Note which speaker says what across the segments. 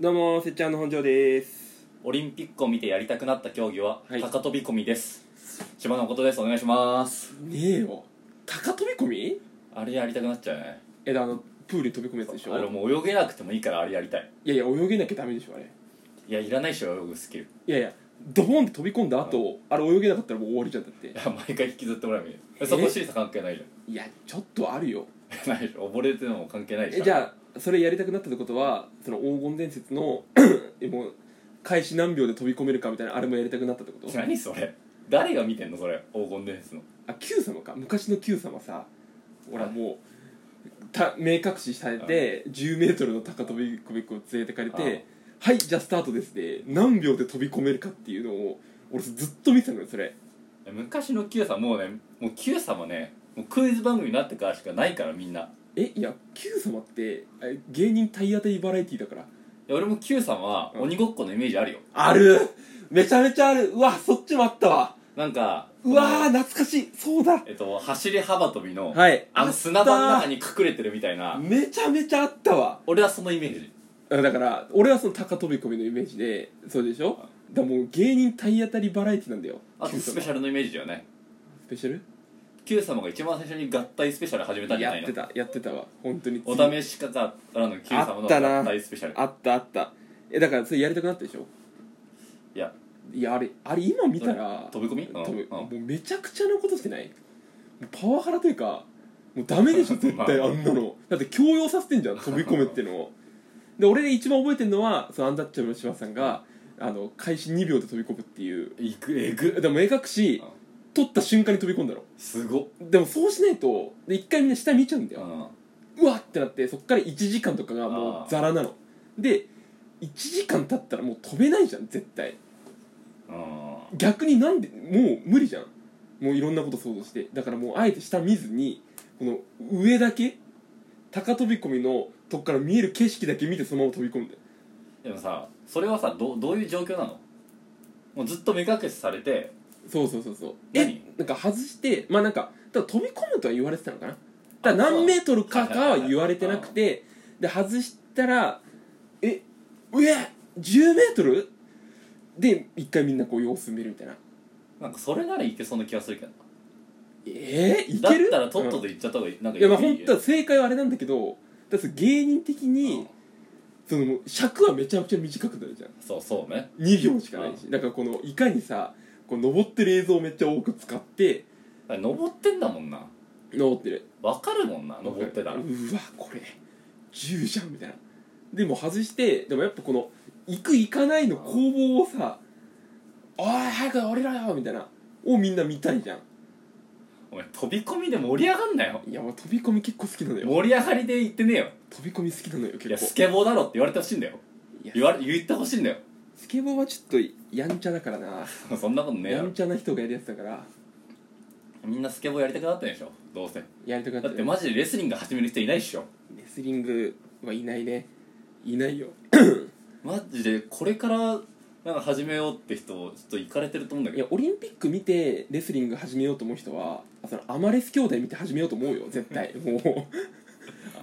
Speaker 1: どうもせっちゃんの本庄です
Speaker 2: オリンピックを見てやりたくなった競技は
Speaker 1: はい
Speaker 2: 高飛び込みです、島のことですお願いします
Speaker 1: ねえよ高飛び込み
Speaker 2: あれやりたくなっちゃうね
Speaker 1: えだあのプールに飛び込むやつでしょ
Speaker 2: あれもう泳げなくてもいいからあれやりたい
Speaker 1: いやいや泳げなきゃダメでしょあれ
Speaker 2: いやいらないでしょ泳ぐスキル
Speaker 1: いやいやドーンって飛び込んだ後、あれ泳げなかったらもう終わりじゃんだって
Speaker 2: いや毎回引きずってもらうみたいそこ審査関係ないじ
Speaker 1: いやちょっとあるよ
Speaker 2: ゃん ないでしょ溺れてるのも関係ないでし
Speaker 1: え
Speaker 2: ょ
Speaker 1: じゃあそれやりたくなったってことはその黄金伝説の えもう開始何秒で飛び込めるかみたいなあれもやりたくなったってこと
Speaker 2: 何それ誰が見てんのそれ黄金伝説の
Speaker 1: あ Q 様か昔の Q 様さほらもうた目隠しされて1 0ルの高飛び込みを連れてかれて「はいじゃあスタートです」で何秒で飛び込めるかっていうのを俺ずっと見てたのよそれ
Speaker 2: え昔の Q さんもうねもう Q さんはねもうクイズ番組になってからしかないからみんな
Speaker 1: えいや Q 様ってえ芸人体当たりバラエティだから
Speaker 2: いや俺も Q さんは鬼ごっこのイメージあるよ、
Speaker 1: あるめちゃめちゃあるうわそっちもあったわ
Speaker 2: なんか
Speaker 1: うわー懐かしいそうだ
Speaker 2: えっと、走り幅跳びの、
Speaker 1: はい
Speaker 2: あの砂場の中
Speaker 1: に
Speaker 2: に隠れてるみたいな、
Speaker 1: めちゃめちゃあったわ
Speaker 2: 俺はそのイメージ。
Speaker 1: だから俺はその高飛び込みのイメージでそうでしょだからもう芸人体当たりバラエティなんだよ
Speaker 2: あと
Speaker 1: Q 様
Speaker 2: スペシャルのイメージだよね。
Speaker 1: スペシャル
Speaker 2: Q 様が一番最初に合体スペシャル始めたんじゃな
Speaker 1: や
Speaker 2: い
Speaker 1: っ
Speaker 2: の
Speaker 1: てたやってたわ本当に
Speaker 2: お試し方からの Q 様
Speaker 1: あっ
Speaker 2: の
Speaker 1: たな
Speaker 2: 合体スペシャル。
Speaker 1: あったあったえだからそれやりたくなったでしょ
Speaker 2: いや、
Speaker 1: いやあれあれ今見たら
Speaker 2: 飛び込みうん
Speaker 1: 飛ぶ
Speaker 2: うん
Speaker 1: もうめちゃくちゃなことしてないもうパワハラというかもうダメでしょ絶対
Speaker 2: ま
Speaker 1: あ
Speaker 2: あ
Speaker 1: んなのだって強要させてんじゃん飛び込むってのをで俺が一番覚えてるのはそのアンタッチャブルの柴田さんがあの開始2秒で飛び込むっていう
Speaker 2: いく、えぐ。
Speaker 1: でも目隠し
Speaker 2: うん
Speaker 1: 取った瞬間に飛び込んだろ
Speaker 2: すごっ。
Speaker 1: でもそうしないとで一回みんな下見ちゃうんだ
Speaker 2: う
Speaker 1: よ
Speaker 2: ん。
Speaker 1: うわってなってそっから1時間とかがも
Speaker 2: あ
Speaker 1: う
Speaker 2: ー
Speaker 1: ザラなので1時間経ったらもう飛べないじゃん絶対
Speaker 2: うん。
Speaker 1: 逆になんでもう無理じゃんもういろんなこと想像してだからもうあえて下見ずにこの上だけ高飛び込みのとこから見える景色だけ見てそのまま飛び込んで
Speaker 2: でもさ、それはさ、どどういう状況なのもうずっと目隠しされて、
Speaker 1: そうそうそうそう
Speaker 2: 何
Speaker 1: なんか外してまあなんかただ飛び込むとは言われてたのかなただ何メートルかかは言われてなくてで外したらえ上10メートルで一回みんなこう様子見るみたいな
Speaker 2: なんかそれならいけそうな気がするけどな。
Speaker 1: えー、い
Speaker 2: だ
Speaker 1: け
Speaker 2: っ
Speaker 1: る
Speaker 2: たらとっとと行っちゃった方がいい。なん
Speaker 1: う
Speaker 2: か
Speaker 1: んいやまあ本当
Speaker 2: う
Speaker 1: は正解はあれなんだけどだって芸人的に
Speaker 2: ん
Speaker 1: そのもう尺はめちゃくちゃ短くなるじゃん
Speaker 2: そうそうね。
Speaker 1: 2秒しかないしだからこのいかにさこう登ってる映像をめっちゃ多く使って
Speaker 2: だから登ってんだもんな。
Speaker 1: 登ってる
Speaker 2: わかるもんな、登ってた
Speaker 1: う。
Speaker 2: ら
Speaker 1: わこれ10じゃんみたいなでも外してでもやっぱこの行く行かないの攻防をさ「おい早く降りろよ」みたいなをみんな見たいじゃん
Speaker 2: お前飛び込みで盛り上がんなよ
Speaker 1: いや俺飛び込み結構好きなのよ
Speaker 2: 盛り上がりで言ってねえよ
Speaker 1: 飛び込み好きなのよ
Speaker 2: いや
Speaker 1: 結
Speaker 2: ス
Speaker 1: 構
Speaker 2: ケボーだろって言われてほしいんだよ
Speaker 1: いや
Speaker 2: 言われ言ってほしいんだよ
Speaker 1: スケボーはちょっとやんちゃだからな
Speaker 2: そんなことねえだ
Speaker 1: や
Speaker 2: ろ
Speaker 1: んちゃな人がやるやつだから
Speaker 2: みんなスケボーやりたくなったんでしょどうせ
Speaker 1: やりたくなっ
Speaker 2: だ
Speaker 1: た
Speaker 2: って
Speaker 1: よ
Speaker 2: マジでレスリング始める人いないっしょ
Speaker 1: レスリングはいないねいないよ
Speaker 2: マジでこれからなんか始めようって人ちょっと行かれてると思うんだ
Speaker 1: い
Speaker 2: け
Speaker 1: やオリンピック見てレスリング始めようと思う人はそのアマレス兄弟見て始めようと思うよ絶対もう
Speaker 2: ど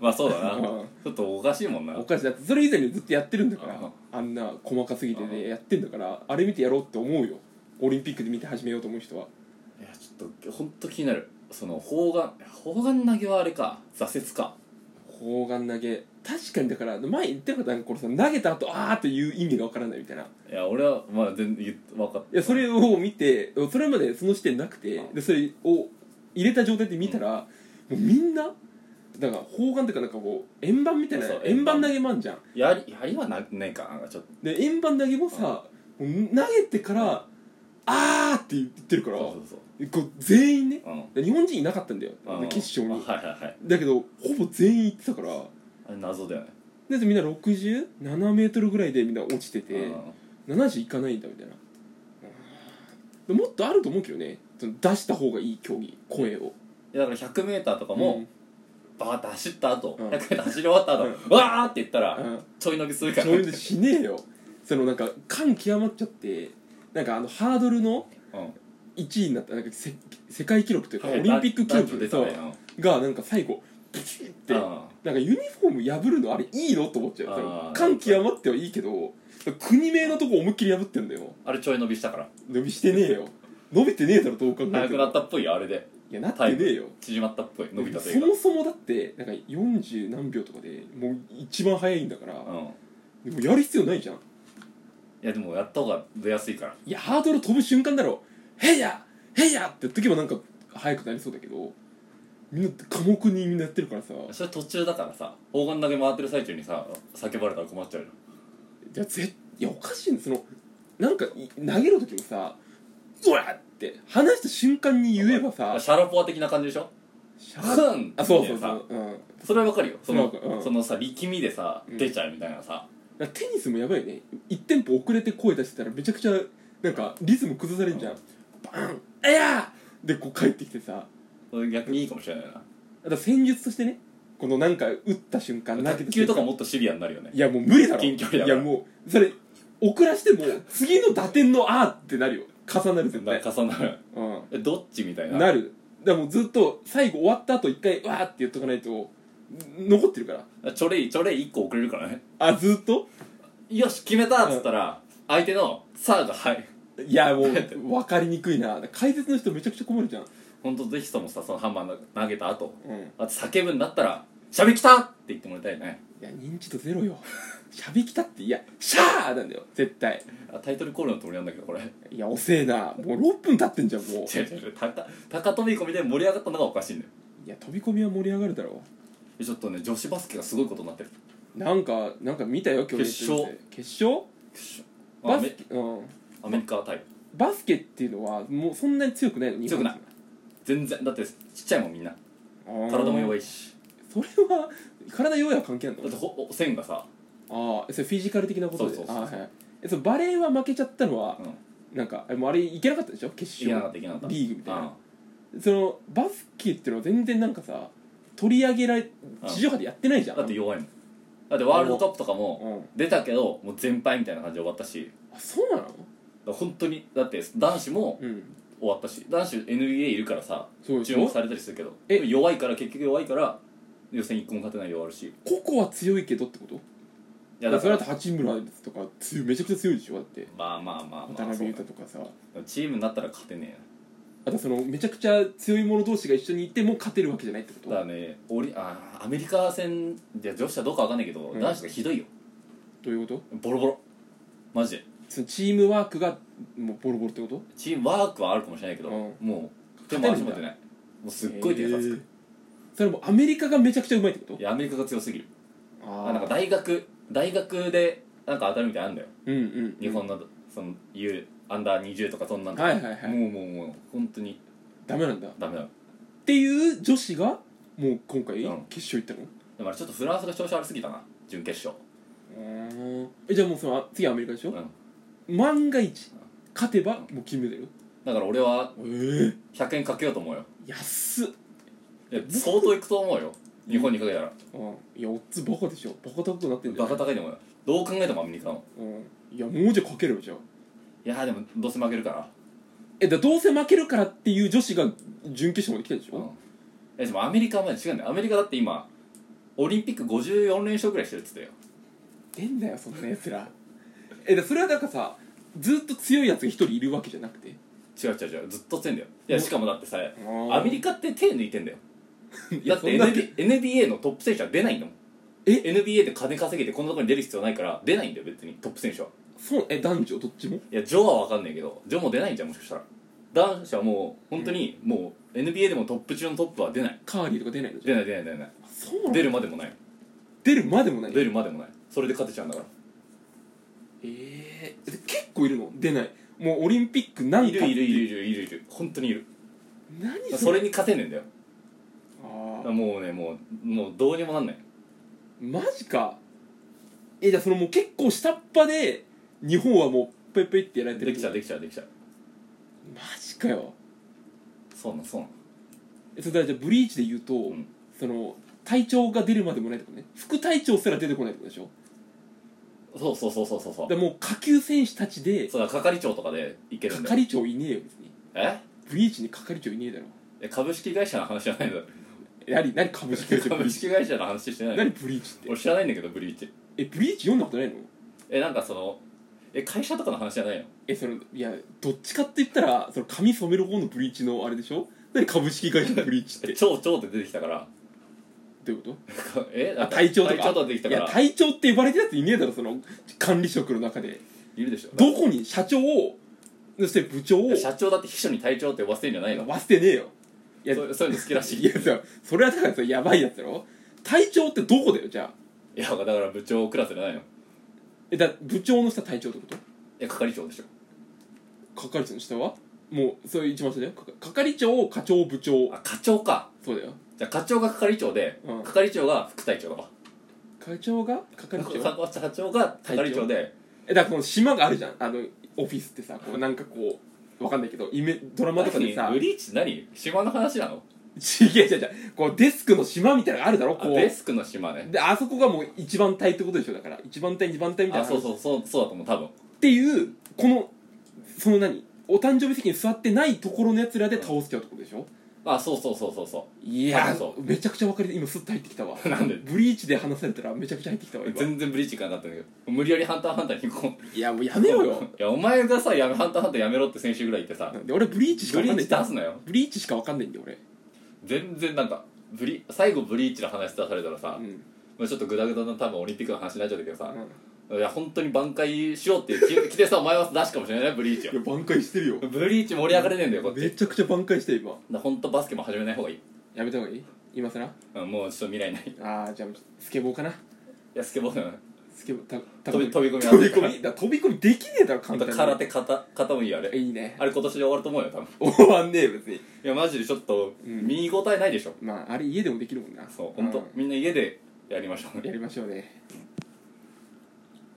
Speaker 2: まあ そうだな
Speaker 1: うん
Speaker 2: ちょっとおかしいもんな
Speaker 1: おかしいだってそれ以前にずっとやってるんだから
Speaker 2: うん
Speaker 1: あんな細かすぎて
Speaker 2: う
Speaker 1: でやってんだからあれ見てやろうって思うよオリンピックで見て始めようと思う人はい
Speaker 2: やちょっとほんと気になるその砲丸砲丸投げはあれか挫折か
Speaker 1: 砲丸投げ確かにだから前言ってなかったなんかこれさ投げた後あーっていう意味がわからないみたいない
Speaker 2: いや俺はまあ全然言っ分かった
Speaker 1: やそれを見てそれまでその視点なくて
Speaker 2: うん
Speaker 1: でそれを入れた状態で見たら、もうみんなだから砲丸っていうかなんかこう円盤みたいな
Speaker 2: そうそう
Speaker 1: 円盤投げもあんじゃん
Speaker 2: やりやりはなねえかなんかちょっと
Speaker 1: で円盤投げもさ、もう投げてから、あーって言ってるから
Speaker 2: そうそう
Speaker 1: こう全員ね
Speaker 2: そううん
Speaker 1: で日本人いなかったんだよ
Speaker 2: うん
Speaker 1: 決勝に
Speaker 2: あはいはいはい
Speaker 1: だけどほぼ全員行ってたから
Speaker 2: あれ謎だよね
Speaker 1: でみんな6 7ルぐらいでみんな落ちてて70いかないんだみたいなでもっとあると思うけどねその出した方がいい競技声を
Speaker 2: いやだから 100m とかも、バーって走った後、
Speaker 1: うん
Speaker 2: 100m 走り終わった後、
Speaker 1: う
Speaker 2: わーって言ったら、
Speaker 1: うんうん
Speaker 2: ちょい伸びするから
Speaker 1: そういうのしねえよそのなんか感極まっちゃってなんかあのハードルの
Speaker 2: うん
Speaker 1: 1位になったなんかせ世界記録というかオ
Speaker 2: はい
Speaker 1: リンピック記
Speaker 2: 男
Speaker 1: 録
Speaker 2: 女出
Speaker 1: で
Speaker 2: た
Speaker 1: さ
Speaker 2: ねうん
Speaker 1: がなんか最後プチって
Speaker 2: うん
Speaker 1: なんかユニフォーム破るのあれいいのと思っちゃうそ
Speaker 2: あ
Speaker 1: の
Speaker 2: ー
Speaker 1: 感極まってはいいけど国名のとこ思いっきり破ってんだよ
Speaker 2: あれちょい伸びしたから
Speaker 1: 伸びしてねえよ伸びてねえだろどう考えても
Speaker 2: 長くなったっぽいよあれで
Speaker 1: いやなっ
Speaker 2: タイ
Speaker 1: て
Speaker 2: ム
Speaker 1: ねえよ
Speaker 2: 縮まったっぽい伸びたとい
Speaker 1: そう
Speaker 2: か
Speaker 1: もそもだってなんか40何秒とかでもう一番早いんだから、
Speaker 2: うん
Speaker 1: でもやる必要ないじゃん
Speaker 2: いやでもやった方が出やすいから
Speaker 1: いやハードル飛ぶ瞬間だろ「へいやへいや!」ってやっとけばなんか速くなりそうだけどみんな寡黙にみんなやってるからさ
Speaker 2: それ途中だからさ砲丸投げ回ってる最中にさ叫ばれたら困っちゃう
Speaker 1: いやぜいやおかしいんそのなんかい投げる時もさ「うわっ!」って話した瞬間に
Speaker 2: じゃん
Speaker 1: 言えばさ
Speaker 2: シャラポワ的な感じでしょ
Speaker 1: シ
Speaker 2: シ
Speaker 1: ャ
Speaker 2: ャ
Speaker 1: ー
Speaker 2: ーン
Speaker 1: あそうそう
Speaker 2: み
Speaker 1: そ
Speaker 2: たいな
Speaker 1: う
Speaker 2: さ、
Speaker 1: うん、
Speaker 2: それはわかるよその,、
Speaker 1: それはわかるうん
Speaker 2: そのさ力みでさ
Speaker 1: うん
Speaker 2: 出ちゃうみたいなさ、
Speaker 1: だからテニスもやばいよね1テンポ遅れて声出してたらめちゃくちゃなんかリズム崩されんじゃん、バン「あやー!」でこう帰ってきてさ
Speaker 2: それ逆にいいかもしれないな
Speaker 1: あと戦術としてねこのなんか打った瞬間投げた瞬
Speaker 2: 卓
Speaker 1: 間
Speaker 2: 球とかもっとシビアになるよね
Speaker 1: いやもう無理だろ
Speaker 2: 近距離だ
Speaker 1: い
Speaker 2: から
Speaker 1: やもうそれ遅らしても次の打点の「あ」ってなるよ重なる絶
Speaker 2: な
Speaker 1: 対
Speaker 2: んか重なる
Speaker 1: うん
Speaker 2: えどっちみたいな
Speaker 1: なるだからもうずっと最後終わった後一回わーって言っとかないとん残ってるから
Speaker 2: ちょれいちょれい1個遅れるからね
Speaker 1: あずっと
Speaker 2: よし決めたっつったら、相手のサーがはい
Speaker 1: いやもう 分かりにくいな解説の人めちゃくちゃ困るじゃん、
Speaker 2: 本当ぜひともさそのハンマー投げた後
Speaker 1: うん、い
Speaker 2: あと叫ぶんだったら「しゃべきた!」って言ってもらいたいね
Speaker 1: や認知度ゼロよ しゃべきたっていやシャーなんだよ絶対
Speaker 2: あタイトルコールのつもりなんだけどこれ
Speaker 1: いや遅えなもう6分経ってんじゃんもう
Speaker 2: 違う違う違う高高飛び込みで盛り上がったのがおかしいんだよ
Speaker 1: いや飛び込みは盛り上がるだろ
Speaker 2: ちょっとね女子バスケがすごいことになってる
Speaker 1: なんかなんか見たよ今日
Speaker 2: 決勝
Speaker 1: ネットで決勝
Speaker 2: ア
Speaker 1: バ
Speaker 2: メ
Speaker 1: スケ、うん、
Speaker 2: アメリカ対
Speaker 1: バスケっていうのはもうそんなに強くないの
Speaker 2: 強くない全然だってちっちゃいもんみんな体
Speaker 1: 体
Speaker 2: も弱
Speaker 1: い
Speaker 2: いし
Speaker 1: それは体弱いは関係ないの
Speaker 2: だってほ線がさ、
Speaker 1: ああそれフィジカル的なことで
Speaker 2: そうそう
Speaker 1: あ
Speaker 2: そう
Speaker 1: あはいえそのバレーは負けちゃったのは
Speaker 2: う、ん、
Speaker 1: なんかえもうあれいけなかったでしょ決
Speaker 2: いけなかっ
Speaker 1: 勝
Speaker 2: たいけなかった
Speaker 1: リーグみたいな
Speaker 2: うん
Speaker 1: そのバスケっていうのは全然なんかさ取り上げられ
Speaker 2: うん
Speaker 1: 地上波でやってないじゃん
Speaker 2: だって弱いもんだってワールドカップとかも
Speaker 1: うん
Speaker 2: 出たけどもう全敗みたいな感じで終わったし
Speaker 1: あそうなの
Speaker 2: だから本当にだって男子も
Speaker 1: うん
Speaker 2: 終わったし男子 NBA いるからさ
Speaker 1: そうでし
Speaker 2: 注目
Speaker 1: ょ
Speaker 2: されたりするけど
Speaker 1: え
Speaker 2: でも弱いから結局弱いから予選1個も勝てない弱るしい
Speaker 1: 個々は強いけどってことい
Speaker 2: やだ
Speaker 1: そ
Speaker 2: か
Speaker 1: れ
Speaker 2: ら
Speaker 1: だって八村とか強いめちゃくちゃ強いでしょだって
Speaker 2: まあまあまあ
Speaker 1: 渡
Speaker 2: まあ
Speaker 1: 辺
Speaker 2: そう
Speaker 1: 裕
Speaker 2: だ
Speaker 1: 太とかさ
Speaker 2: チームになったら勝てね
Speaker 1: あとそのめちゃくちゃ強い者同士が一緒にいても勝てるわけじゃないってこ
Speaker 2: え
Speaker 1: と
Speaker 2: なだからねオリあーアメリカ戦じゃ女子はどうかわかんないけど、
Speaker 1: うん
Speaker 2: 男子がひどいよ
Speaker 1: どういうこと
Speaker 2: ボロボロマジで
Speaker 1: そのチームワークがもうボロボロってこと
Speaker 2: チームワークはあるかもしれないけど、
Speaker 1: うん
Speaker 2: もう手
Speaker 1: 勝てるん
Speaker 2: も足も
Speaker 1: だ
Speaker 2: 出ないもうすっごい手がつく、
Speaker 1: それもアメリカがめちゃくちゃうまいってこと
Speaker 2: いやアメリカが強すぎる
Speaker 1: あ
Speaker 2: あなんか大学大学でなんか当たるみたいなのあんだよ
Speaker 1: うんうん
Speaker 2: 日本のその U アンダー20とかそんなんとか
Speaker 1: はいはいはい
Speaker 2: もうもうもう本当に
Speaker 1: ダメなんだっ
Speaker 2: ダメだよ
Speaker 1: ていう女子がもう今回
Speaker 2: うん
Speaker 1: 決勝行ったの
Speaker 2: でもあれちょっとフランスが調子悪すぎたな準決勝
Speaker 1: うんえじゃあもうそのあ次アメリカでしょ
Speaker 2: うん
Speaker 1: 万が一
Speaker 2: うん
Speaker 1: 勝てばもう金メダル
Speaker 2: だから俺は
Speaker 1: ええ
Speaker 2: 100円かけようと思うよ
Speaker 1: 安っ
Speaker 2: いや相当いくと思うよ日本にかけたら
Speaker 1: うんいやオッズバカでしょバカ高くなってんじゃ
Speaker 2: バ
Speaker 1: ん
Speaker 2: カ高いと思うよどう考えてもアメリカの
Speaker 1: うんいやもうじゃあかけるよじゃあ
Speaker 2: いやーでもどうせ負けるから
Speaker 1: えだからどうせ負けるからっていう女子が準決勝まで来たでし
Speaker 2: うん
Speaker 1: ょ
Speaker 2: えでもアメリカはまだ違うんだよアメリカだって今オリンピック54連勝ぐらいしてるっつってたよ
Speaker 1: 出んだよそんな奴らえだからそれはなんかさずっと強いやつが一人いるわけじゃなくて
Speaker 2: 違う違う違うずっと強いんだよいやしかもだってさア
Speaker 1: ア
Speaker 2: メリカって手抜いてんだよ
Speaker 1: い
Speaker 2: だ
Speaker 1: や
Speaker 2: っ
Speaker 1: そん
Speaker 2: て
Speaker 1: な
Speaker 2: NB NBA のトップ選手は出ないんだもん
Speaker 1: え
Speaker 2: NBA で金稼げてこんなとこに出る必要ないから出ないんだよ別にトップ選手は
Speaker 1: そうえ男女どっちも
Speaker 2: いやジョーは分かんないけどジョーも出ないんじゃんもしかしたら男子はもう本当にもう NBA でもトップ中のトップは出ない
Speaker 1: カーリーとか出ないのじゃ
Speaker 2: 出ない出ない出ない
Speaker 1: んそうなの
Speaker 2: 出るまでもない
Speaker 1: 出るまでもない
Speaker 2: 出るまでもないそれで勝てちゃうんだか
Speaker 1: えー、で結構いるの出ないもうオリンピック
Speaker 2: ら
Speaker 1: 何
Speaker 2: いる
Speaker 1: 回
Speaker 2: いるいるいるいるいる本当にいる
Speaker 1: 何
Speaker 2: そ
Speaker 1: それ
Speaker 2: れに勝てねえんだよ
Speaker 1: ああ
Speaker 2: もうねもうもうどうにもなんない
Speaker 1: マジかえじゃあそのもう結構下っ端で日本はもうペッペッってやられてる
Speaker 2: できちゃうできちゃうできちゃう
Speaker 1: マジかよ
Speaker 2: そうなんそうなん
Speaker 1: えそれだじゃあブリーチで言うと、
Speaker 2: ん
Speaker 1: その隊長が出るまでもないってことね副隊長すら出てこないってことでしょ
Speaker 2: そうそうそうそうそうそう
Speaker 1: でもう下級選手たちで
Speaker 2: そうだ係長とかでいけるんだよ
Speaker 1: 係長いねえよ別に
Speaker 2: え
Speaker 1: ブリーチに係長いねえだろ
Speaker 2: え株式会社の話じゃないの
Speaker 1: 何何株式会社ブリ
Speaker 2: 株
Speaker 1: ーチ
Speaker 2: 式会社の話してない
Speaker 1: 何
Speaker 2: の
Speaker 1: ブリーチって
Speaker 2: 俺知らないんだけどブリーチ
Speaker 1: えブリーチ読んだことないの
Speaker 2: えなんかそのえ会社とかの話じゃないの
Speaker 1: えそのいやどっちかって言ったらその髪染める方のブリーチのあれでしょ何株式会社のブリーチっ
Speaker 2: え
Speaker 1: て
Speaker 2: 超超って出てきたから
Speaker 1: どういうこと
Speaker 2: えなんか
Speaker 1: 隊長とか
Speaker 2: 隊長とか出てきたか
Speaker 1: い
Speaker 2: ら
Speaker 1: や隊長って呼ばれてるやついねえだろその管理職の中で
Speaker 2: いるでしょ
Speaker 1: どこに社長をそして部長を
Speaker 2: 社長だって秘書に隊長って呼ばせてんじゃないの
Speaker 1: 忘れてねえよいや
Speaker 2: そうそういうの好きらしい
Speaker 1: いやさそれはだからさやばいやつだろ隊長ってどこだよじゃあ
Speaker 2: いやだから部長クラスじゃないのい
Speaker 1: えだ部長の下隊長ってこ
Speaker 2: や係長でしょ
Speaker 1: と係長の下はもうそういう一番下だよか係長課長部長
Speaker 2: あ課長か
Speaker 1: そうだよ
Speaker 2: じゃあ課長が係長で、
Speaker 1: うん
Speaker 2: 係長が副隊長だわ
Speaker 1: 課長が係長
Speaker 2: か課長が係長で
Speaker 1: えだからこの島があるじゃんあのオフィスってさこうなんかこうわかんないけどイメドラマとかでさ
Speaker 2: 何ブリーチって何島の話なの
Speaker 1: ちげえじゃじゃこうデスクの島みたいなのがあるだろ
Speaker 2: あ
Speaker 1: こう
Speaker 2: デスクの島ね
Speaker 1: であそこがもう一番隊ってことでしょだから一番隊二番隊みたい
Speaker 2: あ
Speaker 1: な
Speaker 2: そうそうそうそうだと思う多分
Speaker 1: っていうこのその何お誕生日席に座ってないところのやつらで倒しちゃうってことでしょ
Speaker 2: あそうそうそうそうそ
Speaker 1: い
Speaker 2: は
Speaker 1: や
Speaker 2: いそう
Speaker 1: めちゃくちゃ分かり今スッと入ってきたわ
Speaker 2: うなんで
Speaker 1: ブリーチで話されたらめちゃくちゃ入ってきたわ今
Speaker 2: 全然ブリーチ感なかったんだけど無理やりハンターハンターにこう
Speaker 1: いやもうやめろよ
Speaker 2: いやお前がさやめハンターハンターやめろって先週ぐらい言ってさ
Speaker 1: で俺ブリーチしか
Speaker 2: ブ
Speaker 1: 分
Speaker 2: リ
Speaker 1: かん
Speaker 2: ー
Speaker 1: ない
Speaker 2: チ出すなよ
Speaker 1: ブリーチしか分かんないんだよ俺
Speaker 2: 全然なんかブリ最後ブリーチの話出されたらさ、
Speaker 1: うん
Speaker 2: まあ、ちょっとグダグダな多分オリンピックの話になっちゃったけどさ
Speaker 1: うん、
Speaker 2: いや本当に挽回しようっていう来てさお前は出すかもしれないねブリーチを
Speaker 1: いや挽回してるよ
Speaker 2: ブリーチ盛り上がれねえんだよこっち
Speaker 1: めちゃくちゃ挽回して今
Speaker 2: だ本当バスケも始めない方がいい、
Speaker 1: やめた方がいい今さら
Speaker 2: うん、もうちょっと未来ないい
Speaker 1: ああじゃあスケボーかな
Speaker 2: やスケボーうん
Speaker 1: スケボーたた
Speaker 2: 飛び飛び込み
Speaker 1: 飛び込みだから飛び込みできねえだろ
Speaker 2: あ
Speaker 1: 簡
Speaker 2: と
Speaker 1: 単に
Speaker 2: 空手肩肩もいいよあれ
Speaker 1: いいね
Speaker 2: あれ今年で終わると思うよ多分
Speaker 1: 終わんねえ別に
Speaker 2: いやマジでちょっと
Speaker 1: うん
Speaker 2: 見応えないでしょ、
Speaker 1: まああれ家でもできるもんな
Speaker 2: そう本当、
Speaker 1: ん
Speaker 2: みんな家でやりましょう
Speaker 1: やりましょうね